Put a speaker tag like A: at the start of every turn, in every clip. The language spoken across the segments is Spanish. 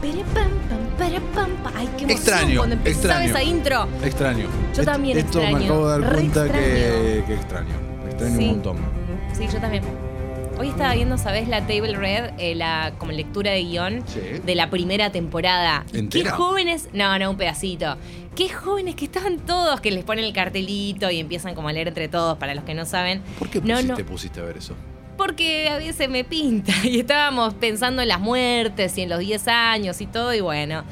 A: Pere, pam, pam, pere, pam, pam. Ay, qué emoción
B: Extraño,
A: cuando empezaba
B: extraño.
A: esa intro.
B: Extraño.
A: Yo también
B: Esto
A: extraño,
B: me acabo de dar
A: re
B: cuenta que,
A: extraño.
B: que extraño. Extraño
A: Sí.
B: un montón.
A: Sí, yo también. Hoy estaba viendo, ¿sabés? La Table Red, eh, la como lectura de guión
B: Sí.
A: de la primera temporada. Y
B: ¿Entera?
A: ¿Qué jóvenes? No, no, un pedacito. Qué jóvenes que estaban todos, que les ponen el cartelito y empiezan como a leer entre todos, para los que no saben.
B: ¿Por qué
A: No,
B: pusiste,
A: no.
B: pusiste a ver eso?
A: Porque a veces me pinta y estábamos pensando en las muertes y en los 10 años y todo, y bueno.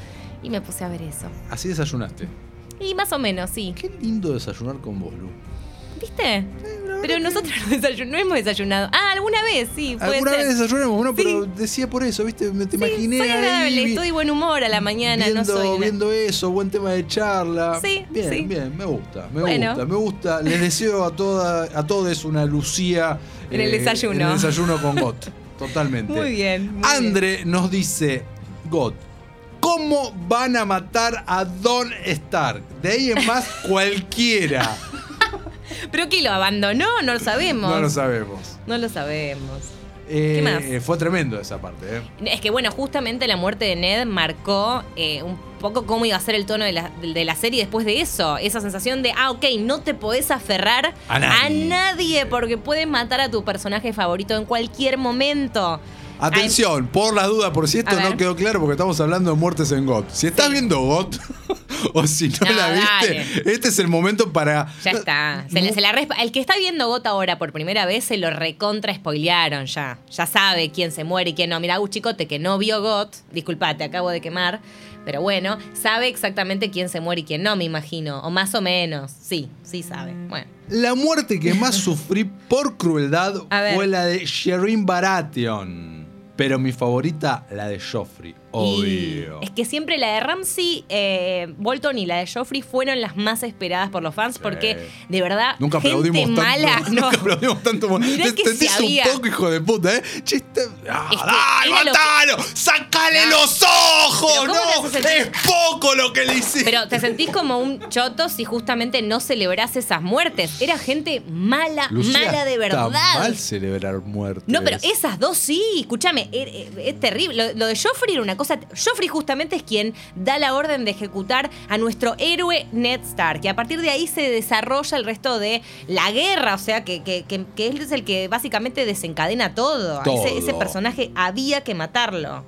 A: Y me puse a ver eso.
B: Así desayunaste.
A: Y más o menos, sí.
B: Qué lindo desayunar con vos, Lu. Eh,
A: ¿Viste? Pero nosotros no, desayun- no hemos desayunado. Ah, alguna vez, sí. Puede
B: Alguna
A: ser.
B: vez desayunamos, bueno, pero
A: Sí.
B: decía por eso, ¿viste? Me te
A: Sí,
B: imaginé
A: soy
B: ahí
A: agradable,
B: vi-
A: estoy de buen humor a la mañana,
B: viendo,
A: no soy. una-
B: viendo eso, buen tema de charla.
A: Sí,
B: bien,
A: sí.
B: bien, me gusta, me
A: Bueno.
B: gusta, me gusta. Les deseo a toda, a todos una Lucía eh,
A: En el desayuno.
B: En el desayuno con Got. Totalmente.
A: Muy bien. muy
B: este Andre nos dice, God, ¿cómo van a matar a Don Stark? De ahí en más cualquiera.
A: bien. Pero que lo abandonó, no lo sabemos.
B: No lo sabemos.
A: No lo sabemos.
B: Eh,
A: más?
B: eh, Fue tremendo esa parte. ¿eh?
A: Es que bueno, justamente la muerte de Ned marcó eh, un poco cómo iba a ser el tono de la, de la serie después de eso. Esa sensación de, ah, ok, no te podés aferrar
B: A nadie.
A: nadie, porque puedes matar a tu personaje favorito en cualquier momento.
B: Atención, por las dudas, por si
A: A
B: esto
A: ver.
B: no quedó claro, porque estamos hablando de muertes en GOT. Si estás viendo GOT o si no,
A: No,
B: la viste, este es el momento para.
A: Ya está. Se le- se la respa- El que está viendo Gota ahora por primera vez se lo recontra spoilearon ya. Ya sabe quién se muere y quién no. Mirá, un chicote que no vio Got, disculpate, acabo de quemar. Pero bueno, sabe exactamente quién se muere y quién no, me imagino. O más o menos. Sí, sí sabe. Bueno.
B: La muerte que más sufrí por crueldad
A: A ver.
B: fue la de Sherin Baratheon. Pero mi favorita, la de Joffrey,
A: Y
B: obvio.
A: es que siempre la de Ramsey, eh, Bolton y la de Joffrey fueron las más esperadas por los fans porque de verdad
B: Nunca
A: gente
B: aplaudimos tanto.
A: mala no.
B: Nunca aplaudimos tanto.
A: Mirá
B: Te
A: que
B: te sentís
A: se había.
B: un poco, hijo de puta, ¿eh? Chiste. ¡Ah,
A: Es que
B: dale,
A: era lo que-
B: matalo! ¡Sacale
A: No.
B: los ojos!
A: Pero ¿cómo
B: ¡No!
A: te hace sentir?
B: ¡Es poco lo que le hiciste!
A: Pero te sentís como un choto si justamente no celebrás esas muertes. Era gente mala,
B: Lucía,
A: mala de
B: está
A: verdad.
B: mal celebrar muertes.
A: No, pero esas dos sí, escúchame, er- er- es, terrible. Lo, lo de Joffrey era una cosa. Joffrey justamente es quien da la orden de ejecutar a nuestro héroe Ned Stark. Y a partir de ahí se desarrolla el resto de la guerra, o sea, que, que, que- que él es el que básicamente desencadena todo. A Ese,
B: Todo.
A: ese personaje había que matarlo.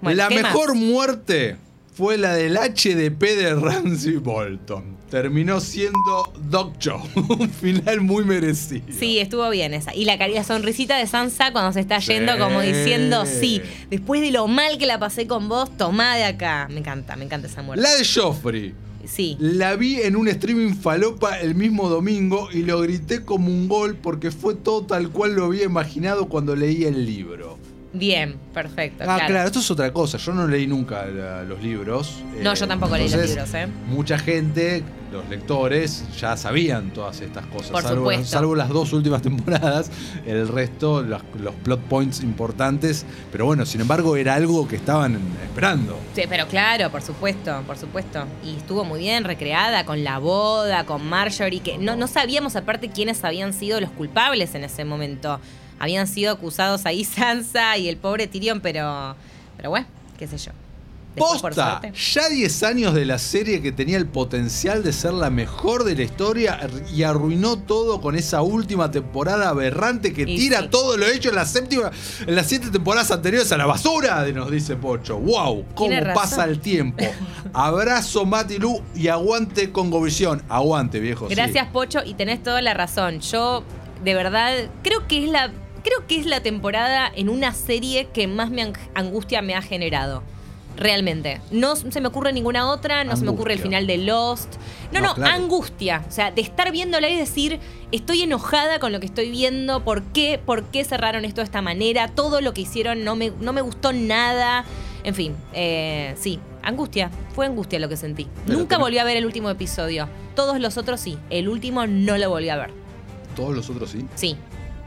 A: Bueno,
B: la
A: ¿qué más?
B: mejor muerte fue la del HDP de Ramsey Bolton. Terminó siendo Doc Joe. Un final muy merecido.
A: Sí, estuvo bien esa. Y la, cari- la sonrisita de Sansa cuando se está
B: Sí.
A: yendo, como diciendo, sí, después de lo mal que la pasé con vos, tomá de acá. Me encanta, me encanta esa muerte.
B: La de Joffrey.
A: Sí.
B: La vi en un streaming falopa el mismo domingo y lo grité como un gol porque fue todo tal cual lo había imaginado cuando leí el libro.
A: Bien, perfecto.
B: Ah,
A: claro.
B: claro, esto es otra cosa. Yo no leí nunca la- los libros.
A: No,
B: Eh,
A: yo tampoco leí los
B: entonces,
A: libros, ¿eh?
B: mucha gente, los lectores, ya sabían todas estas cosas.
A: Por
B: salvo,
A: supuesto.
B: salvo las dos últimas temporadas, el resto, los, los plot points importantes. Pero bueno, sin embargo, era algo que estaban esperando.
A: Sí, pero claro, por supuesto, por supuesto. Y estuvo muy bien recreada con la boda, con Marjorie, que no, no sabíamos aparte quiénes habían sido los culpables en ese momento. Habían sido acusados ahí Sansa y el pobre Tyrion, pero, pero bueno, qué sé yo. Después, por
B: Posta,
A: suerte.
B: ya 10 años de la serie que tenía el potencial de ser la mejor de la historia ar- y arruinó todo con esa última temporada aberrante que
A: Y
B: tira
A: sí.
B: todo lo hecho en la séptima, en las siete temporadas anteriores a la basura, nos dice Pocho. ¡Wow! ¿Cómo
A: Tiene razón.
B: pasa el tiempo? Abrazo, Mati Lu, y aguante Congovisión. Aguante, viejo. sí.
A: Gracias, Pocho, y tenés toda la razón. Yo, de verdad, creo que es la. Creo que es la temporada en una serie que más me ang- angustia me ha generado. Realmente. No se me ocurre ninguna otra, no se me ocurre el
B: Angustia.
A: final de Lost. No,
B: No,
A: no,
B: claro.
A: angustia. O sea, de estar viéndola y decir, estoy enojada con lo que estoy viendo, ¿por qué? ¿Por qué cerraron esto de esta manera? Todo lo que hicieron no me, no me gustó nada. En fin, eh, sí, angustia. Fue angustia lo que sentí.
B: Pero
A: Nunca
B: tenés-
A: volví a ver el último episodio. Todos los otros sí. El último no lo volví a ver.
B: Todos los otros sí.
A: Sí.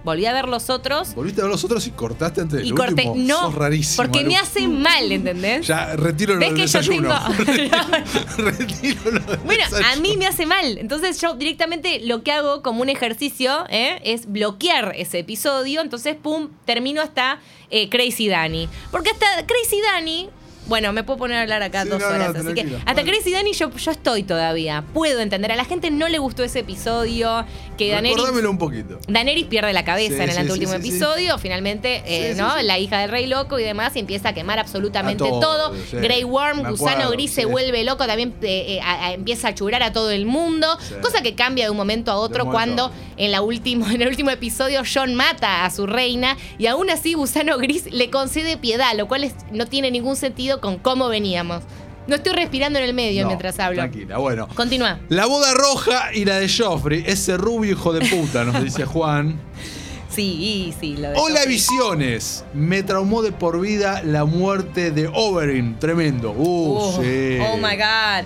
A: Volví a ver los otros
B: Volviste a ver los otros y cortaste antes del
A: y corté.
B: último.
A: No,
B: Sos rarísima,
A: porque me
B: Lu.
A: hace mal, ¿entendés?
B: Ya, retiro lo
A: ¿Ves
B: del
A: que yo
B: desayuno.
A: tengo-
B: retiro lo del
A: Bueno, a
B: desayuno.
A: mí me hace mal. Entonces yo directamente lo que hago como un ejercicio ¿eh? es bloquear ese episodio. Entonces, pum, termino hasta eh, Crazy Danny. Porque hasta Crazy Danny Bueno, me puedo poner a hablar acá
B: Sí,
A: dos
B: no, no,
A: horas. así que
B: tranquila.
A: hasta
B: Bueno.
A: Chris y Dani yo, yo estoy todavía. Puedo entender. A la gente no le gustó ese episodio. Que Daenerys,
B: Recordámelo un poquito.
A: Daenerys pierde la cabeza
B: Sí,
A: en el
B: sí,
A: anteúltimo
B: sí, sí, sí.
A: episodio. Finalmente, eh,
B: Sí, sí,
A: ¿no?
B: sí.
A: La hija del rey loco y demás. Y empieza a quemar absolutamente
B: A todo,
A: todo.
B: sí.
A: Grey Worm,
B: Me
A: gusano
B: acuerdo,
A: gris, se
B: sí.
A: vuelve loco. También eh, eh, a- a- empieza a churar a todo el mundo.
B: Sí.
A: Cosa que cambia de un momento a otro
B: un momento
A: cuando
B: a otro.
A: en, la último, en el último episodio John mata a su reina. Y aún así, gusano gris le concede piedad. Lo cual es- no tiene ningún sentido con cómo veníamos. No estoy respirando en el medio
B: No,
A: mientras hablo.
B: Tranquila, bueno.
A: Continúa.
B: La boda roja y la de Joffrey. Ese rubio hijo de puta, nos dice Juan.
A: Sí, sí, lo de
B: Hola, visiones. Me traumó de por vida la muerte de Oberyn. Tremendo. Uh,
A: Oh,
B: sí.
A: oh my God.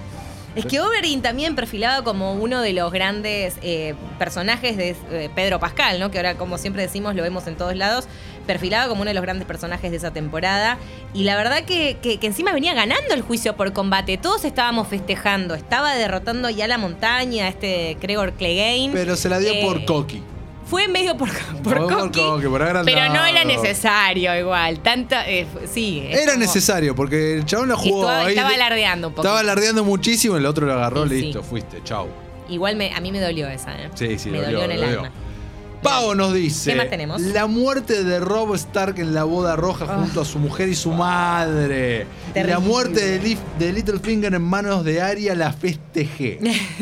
A: Es que Oberyn también perfilaba como uno de los grandes eh, personajes de eh, Pedro Pascal, ¿no? Que ahora, como siempre decimos, lo vemos en todos lados. Perfilaba como uno de los grandes personajes de esa temporada. Y la verdad que, que- que encima venía ganando el juicio por combate. Todos estábamos festejando. Estaba derrotando ya la montaña, este Gregor Clegane.
B: Pero se la dio
A: Eh,
B: por Coqui.
A: Fue medio por, por
B: Por
A: coqui,
B: coqui, por agrandado.
A: pero no era necesario igual. Tanto, eh, fu- sí. es
B: Era
A: como-
B: necesario, porque el chabón la jugó
A: Estaba,
B: ahí.
A: estaba alardeando un poco.
B: Estaba alardeando muchísimo, el otro lo agarró,
A: Sí, sí.
B: listo, fuiste, chau.
A: Igual me- a mí me dolió esa, ¿eh?
B: Sí, sí,
A: me
B: lo
A: dolió
B: vio,
A: en el
B: lo vio.
A: alma.
B: Pau nos dice.
A: ¿Qué más tenemos?
B: La muerte de Rob Stark en la boda roja
A: Ah.
B: junto a su mujer y su madre.
A: Terrible.
B: La muerte de, Lif- de Littlefinger en manos de Arya la festejé.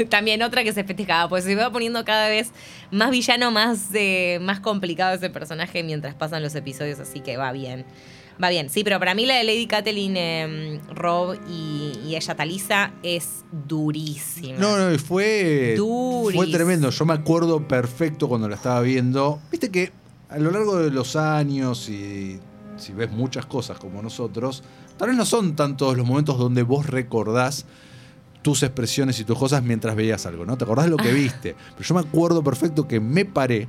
A: También otra que se festejaba, pues se iba poniendo cada vez más villano, más, eh, más complicado ese personaje mientras pasan los episodios, así que va bien. Va bien, sí, pero para mí la de Lady Catelyn, eh, Rob y, y ella Talisa es durísima.
B: No, no, y fue.
A: Duris.
B: Fue tremendo. Yo me acuerdo perfecto cuando la estaba viendo. Viste que a lo largo de los años y si ves muchas cosas como nosotros, tal vez no son tantos los momentos donde vos recordás tus expresiones y tus cosas mientras veías algo, ¿no? Te acordás de lo
A: Ah.
B: que viste. Pero yo me acuerdo perfecto que me paré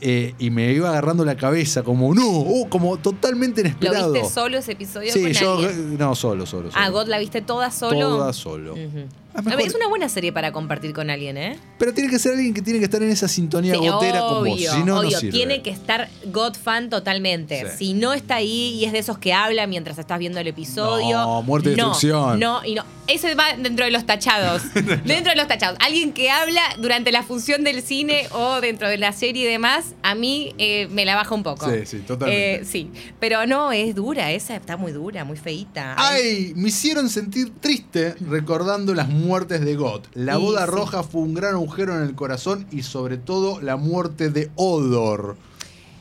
B: eh, y me iba agarrando la cabeza como, no, oh", como totalmente
A: ¿Lo
B: inesperado.
A: viste solo ese episodio?
B: Sí,
A: con
B: yo,
A: alguien?
B: no, solo, solo.
A: Ah,
B: solo.
A: God la viste toda solo.
B: Toda solo. Ah,
A: Ujú.
B: La mejor-
A: Es una buena serie para compartir con alguien, ¿eh?
B: Pero tiene que ser alguien que tiene que estar en esa sintonía
A: Sí,
B: gotera con vos.
A: obvio,
B: Si no,
A: obvio.
B: no sirve.
A: Tiene que estar God fan totalmente.
B: Sí.
A: Si no está ahí y es de esos que habla mientras estás viendo el episodio.
B: No, muerte y destrucción.
A: No, y no. Ese va dentro de los tachados. dentro de los tachados. Alguien que habla durante la función del cine o dentro de la serie y demás, a mí eh, me la baja un poco.
B: Sí, sí, totalmente.
A: Eh, sí, pero no, es dura, esa está muy dura, muy feíta.
B: Ay, me hicieron sentir triste recordando las muertes de God. La
A: Y
B: boda
A: sí.
B: roja fue un gran agujero en el corazón y sobre todo la muerte de Odor.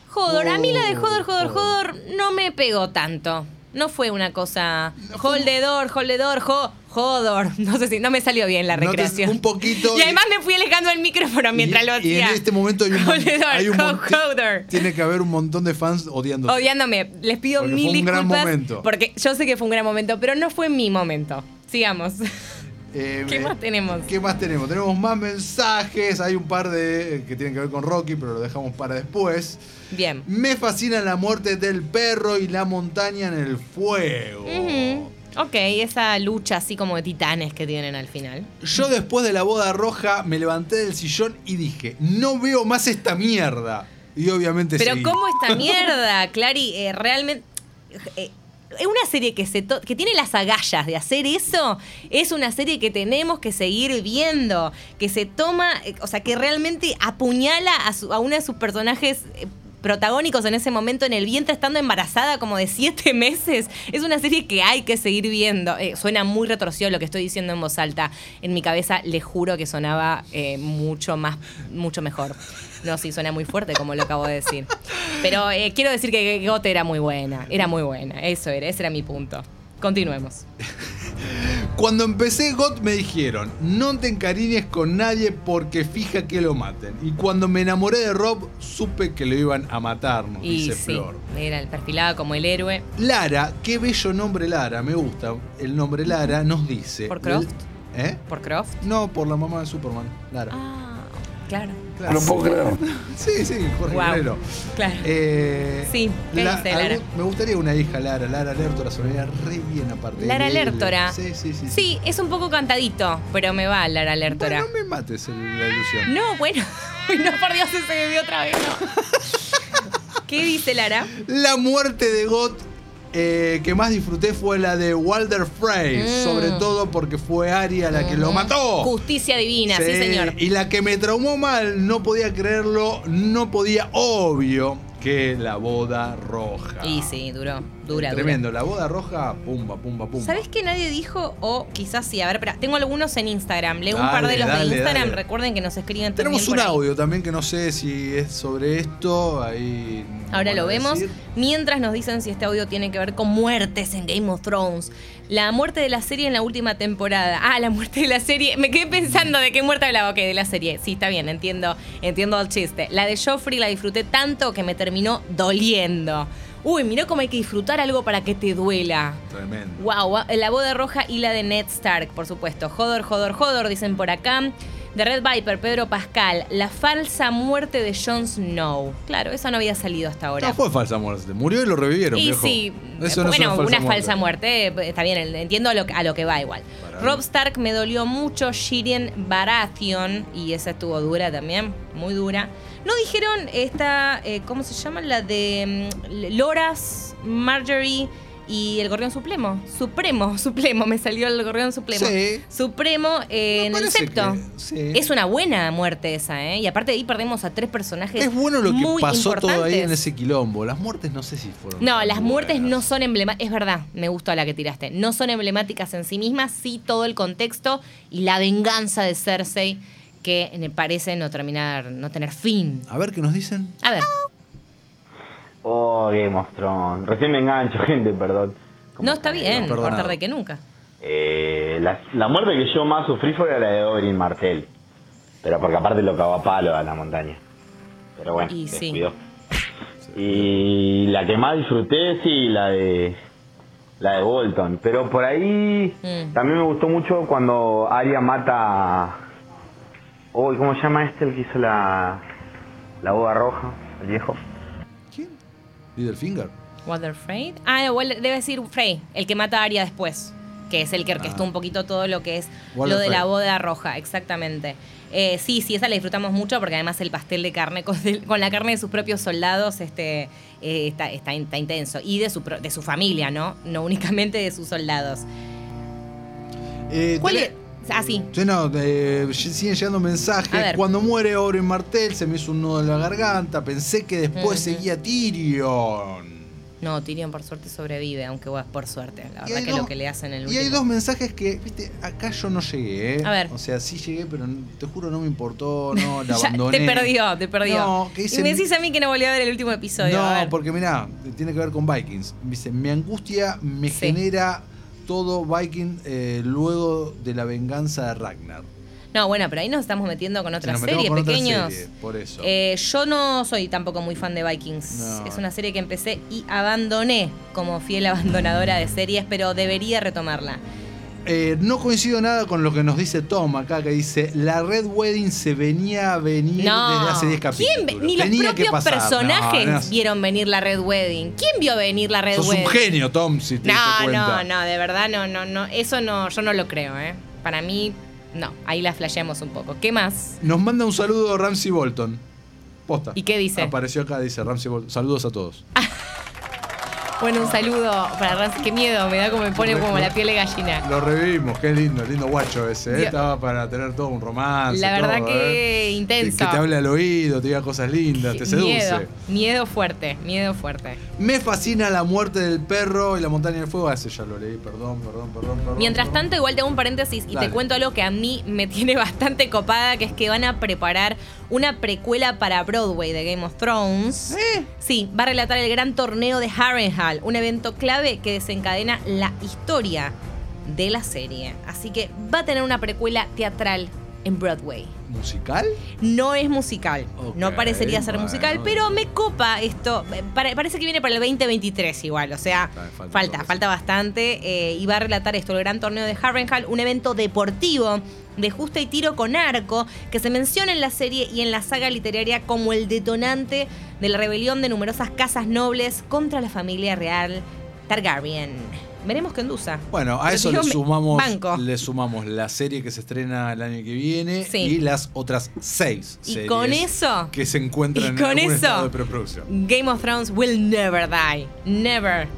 A: Jodor, a mí la de
B: Oh,
A: Jodor, Jodor,
B: Jodor.
A: Jodor no me pegó tanto. No fue una cosa. Holdedor, Holdedor, jo, Jodor. No sé si no me salió bien la
B: No te-
A: recreación.
B: un poquito.
A: Y además me fui alejando el micrófono
B: y-
A: mientras
B: y,
A: lo hacía.
B: en este momento hay un, mon-
A: Jodedor,
B: hay un
A: jo-
B: monti-
A: jodor.
B: Tiene que haber un montón de fans odiando.
A: Odiándome. Les pido
B: Porque
A: mil
B: fue un gran
A: disculpas.
B: momento.
A: Porque yo sé que fue un gran momento, pero no fue mi momento. Sigamos.
B: Eh,
A: ¿Qué
B: eh,
A: más tenemos?
B: ¿Qué más tenemos? Tenemos más mensajes. Hay un par de eh, que tienen que ver con Rocky, pero lo dejamos para después.
A: Bien.
B: Me fascina la muerte del perro y la montaña en el fuego.
A: Ujú. Ok, esa lucha así como de titanes que tienen al final.
B: Yo después de la boda roja me levanté del sillón y dije, no veo más esta mierda. Y obviamente
A: Pero
B: seguí.
A: ¿cómo esta mierda, Clary? eh, realmente... eh, es una serie que, se to- que tiene las agallas de hacer eso. Es una serie que tenemos que seguir viendo. Que se toma, eh, o sea, que realmente apuñala a, su- a uno de sus personajes eh, protagónicos en ese momento en el vientre, estando embarazada como de siete meses. Es una serie que hay que seguir viendo. Eh, suena muy retorcido lo que estoy diciendo en voz alta. En mi cabeza les juro que sonaba eh, mucho más, mucho mejor. No, sí, suena muy fuerte, como lo acabo de decir. Pero eh, quiero decir que Gote era muy buena. Era muy buena. Eso era, ese era mi punto. Continuemos.
B: Cuando empecé GOT me dijeron, no te encariñes con nadie porque fija que lo maten. Y cuando me enamoré de Rob, supe que lo iban a matar, nos
A: Y
B: dice
A: sí,
B: Flor.
A: era el perfilado como el héroe.
B: Lara, qué bello nombre Lara, me gusta el nombre Lara, nos dice.
A: ¿Por Croft?
B: ¿Eh?
A: Por Croft.
B: No, por la mamá de Superman, Lara.
A: Ah, claro.
B: Claro. Sí, sí, Jorge
A: Guau.
B: Guerrero.
A: Claro.
B: Eh,
A: Sí, ¿qué
B: la-
A: dice
B: algún-
A: Lara?
B: Me gustaría una hija Lara, Lara Lertora, sonaría re bien aparte.
A: Lara
B: L.
A: Lertora.
B: Sí, sí, sí.
A: Sí, es un poco cantadito, pero me va la alertora.
B: Bueno, no me mates el- la ilusión.
A: No, bueno. Uy, no, por Dios, se me dio otra vez. no. ¿Qué dice Lara?
B: La muerte de Got eh, que más disfruté fue la de Walder Frey,
A: Mm.
B: sobre todo porque fue Arya la que lo mató.
A: Justicia divina, sí,
B: Sí,
A: señor.
B: Y la que me traumó mal, no podía creerlo, no podía, obvio, que la boda roja.
A: Y sí, duró, dura, dura.
B: Tremendo, la boda roja, pumba, pumba, pumba.
A: ¿Sabes que nadie dijo? O quizás sí. A ver, espera, tengo algunos en Instagram. Leo un
B: Dale,
A: par de los
B: dale,
A: de Instagram.
B: dale.
A: Recuerden que nos escriben
B: Tenemos
A: también
B: un
A: por ahí.
B: audio también que no sé si es sobre esto. Ahí no
A: Ahora
B: van
A: lo
B: a
A: vemos.
B: decir.
A: Mientras nos dicen si este audio tiene que ver con muertes en Game of Thrones. La muerte de la serie en la última temporada. Ah, la muerte de la serie. Me quedé pensando de qué muerte hablaba. Ok, de la serie. Sí, está bien, entiendo. Entiendo el chiste. La de Joffrey la disfruté tanto que me terminó doliendo. Uy, miró cómo hay que disfrutar algo para que te duela.
B: Tremendo.
A: Wow, la boda roja y la de Ned Stark, por supuesto. Jodor, jodor, jodor, dicen por acá. De Red Viper, Pedro Pascal, la falsa muerte de Jon Snow. Claro, eso no había salido hasta ahora.
B: No fue falsa muerte, murió y lo revivieron.
A: y
B: viejo.
A: sí,
B: Eso no es
A: bueno,
B: una falsa muerte.
A: muerte, eh, está bien, entiendo a lo, a lo que va igual.
B: Para
A: Rob
B: mí.
A: Stark me dolió mucho, Shiren Baratheon, y esa estuvo dura también, muy dura. No dijeron esta, eh, ¿cómo se llama? La de mm, Loras, Marjorie y el Gorrión Supremo. Supremo, Supremo, me salió el Gorrión Supremo.
B: Sí.
A: Supremo eh,
B: Me
A: en el
B: parece
A: septo.
B: que- sí.
A: Es una buena muerte esa, ¿eh? Y aparte de ahí perdemos a tres personajes.
B: Es bueno lo que
A: muy
B: pasó todo ahí
A: importantes.
B: en ese quilombo. Las muertes no sé si fueron.
A: No,
B: tan
A: las muertes
B: buenas.
A: no son emblemáticas. Es verdad, me gustó la que tiraste. No son emblemáticas en sí mismas, sí todo el contexto y la venganza de Cersei que me parece no terminar, no tener fin.
B: A ver qué nos dicen.
A: A ver,
C: Oh, Game of Thrones. Recién me engancho, gente, perdón. Como
A: no está
C: saben,
A: bien,
B: perdonado.
A: más tarde que nunca.
C: Eh, la, la muerte que yo más sufrí fue la de Oberyn Martell. Pero porque aparte lo cagó a palo a la montaña. Pero bueno,
A: Y
C: se
A: sí.
C: descuidó. Y la que más disfruté, sí, la de la de Bolton. Pero por ahí
A: Mm.
C: también me gustó mucho cuando Arya mata... a- Uy, ¿cómo se llama este el que hizo la, la boda roja? El viejo.
B: ¿Quién? Littlefinger.
A: Walder Frey. Ah, no, Walder- debe decir Frey, el que mata a Arya después, que es el que orquestó
B: Ah.
A: un poquito todo lo que es
B: Walder
A: lo de
B: Frey.
A: la boda roja, exactamente. Eh, sí, sí, esa la disfrutamos mucho porque además el pastel de carne con, el- con la carne de sus propios soldados este, eh, está, está in- está intenso. Y de su, pro- de su familia, ¿no? No únicamente de sus soldados.
B: Eh,
A: ¿Cuál
B: tele-
A: es? Ah, sí.
B: Sí, no, eh, ll- siguen llegando
A: A
B: mensajes.
A: ver.
B: Cuando muere Oren Martel se me hizo un nudo en la garganta. Pensé que después
A: Ujú.
B: seguía Tyrion.
A: No, Tyrion por suerte sobrevive, aunque bueno, por suerte. La
B: Y
A: verdad
B: hay
A: que
B: dos-
A: lo que le hacen en el
B: Y
A: último.
B: hay dos mensajes que, viste, acá yo no llegué. ¿eh?
A: A ver.
B: O sea, sí llegué, pero n- te juro no me importó, no, la
A: Ya,
B: abandoné.
A: te perdió, te perdió.
B: No, que
A: y
B: dicen-
A: me decís a mí que no volví a ver el último episodio. a ver.
B: No, porque mirá, tiene que ver con Vikings. Dice, mi angustia me
A: Sí.
B: genera todo Viking eh, luego de la venganza de Ragnar.
A: No, bueno, pero ahí nos estamos metiendo con
B: Si
A: otra
B: nos metemos
A: serie,
B: con otra
A: pequeños.
B: serie, por eso.
A: Eh, yo no soy tampoco muy fan de Vikings.
B: No.
A: Es una serie que empecé y abandoné como fiel abandonadora de series, pero debería retomarla.
B: Eh, no coincido nada con lo que nos dice Tom acá, que dice, la Red Wedding se venía a venir
A: No.
B: desde hace 10
A: ¿Quién
B: capítulos.
A: ve- Ni los
B: Tenía que
A: propios
B: pasar.
A: personajes
B: No, no,
A: vieron venir la Red Wedding. ¿Quién vio venir la Red
B: Sos
A: Wedding?
B: un genio, Tom, si te diste
A: no, no,
B: cuenta.
A: no, de verdad no, no, no. Eso no, yo no lo creo, ¿eh? Para mí, no. Ahí la flasheamos un poco. ¿Qué más?
B: Nos manda un saludo Ramsey Bolton. Posta.
A: ¿Y qué dice?
B: Apareció acá, dice Ramsey Bolton. Saludos a todos.
A: Bueno, un saludo para Ranz. Qué miedo, me da como me pone como la piel de gallina.
B: Lo revivimos, qué lindo, lindo guacho ese. ¿eh?
A: Dios.
B: Estaba para tener todo un romance.
A: La verdad
B: todo, ¿eh?
A: que
B: Que,
A: intenso.
B: que te hable al oído, te diga cosas lindas, te seduce.
A: Miedo, miedo fuerte, miedo fuerte.
B: Me fascina la muerte del perro y la montaña del fuego. Ah, ese ya lo leí, perdón, perdón, perdón, perdón.
A: Mientras
B: perdón.
A: tanto, igual te hago un paréntesis y
B: Dale.
A: te cuento algo que a mí me tiene bastante copada, que es que van a preparar una precuela para Broadway de Game of Thrones.
B: ¿Eh?
A: Sí, va a relatar el gran torneo de Harrenhal, un evento clave que desencadena la historia de la serie. Así que va a tener una precuela teatral en Broadway.
B: ¿Musical?
A: No es musical.
B: Ok,
A: no parecería ser musical,
B: bueno.
A: pero me copa esto. Pare- parece que viene para el 2023 igual, o sea,
B: Falta, falta
A: falta,
B: todavía.
A: falta, bastante. eh, y va a relatar esto, el gran torneo de Harrenhal, un evento deportivo de justa y tiro con arco que se menciona en la serie y en la saga literaria como el detonante de la rebelión de numerosas casas nobles contra la familia real Targaryen. Veremos qué endusa.
B: Bueno, a
A: Pero
B: eso
A: digo,
B: le
A: me-
B: sumamos,
A: banco.
B: le sumamos la serie que se estrena el año que viene
A: Sí.
B: y las otras seis
A: Y
B: series
A: con eso...
B: que se encuentran
A: y
B: en
A: con
B: algún
A: eso-
B: estado de preproducción.
A: Game of Thrones will never die. Never.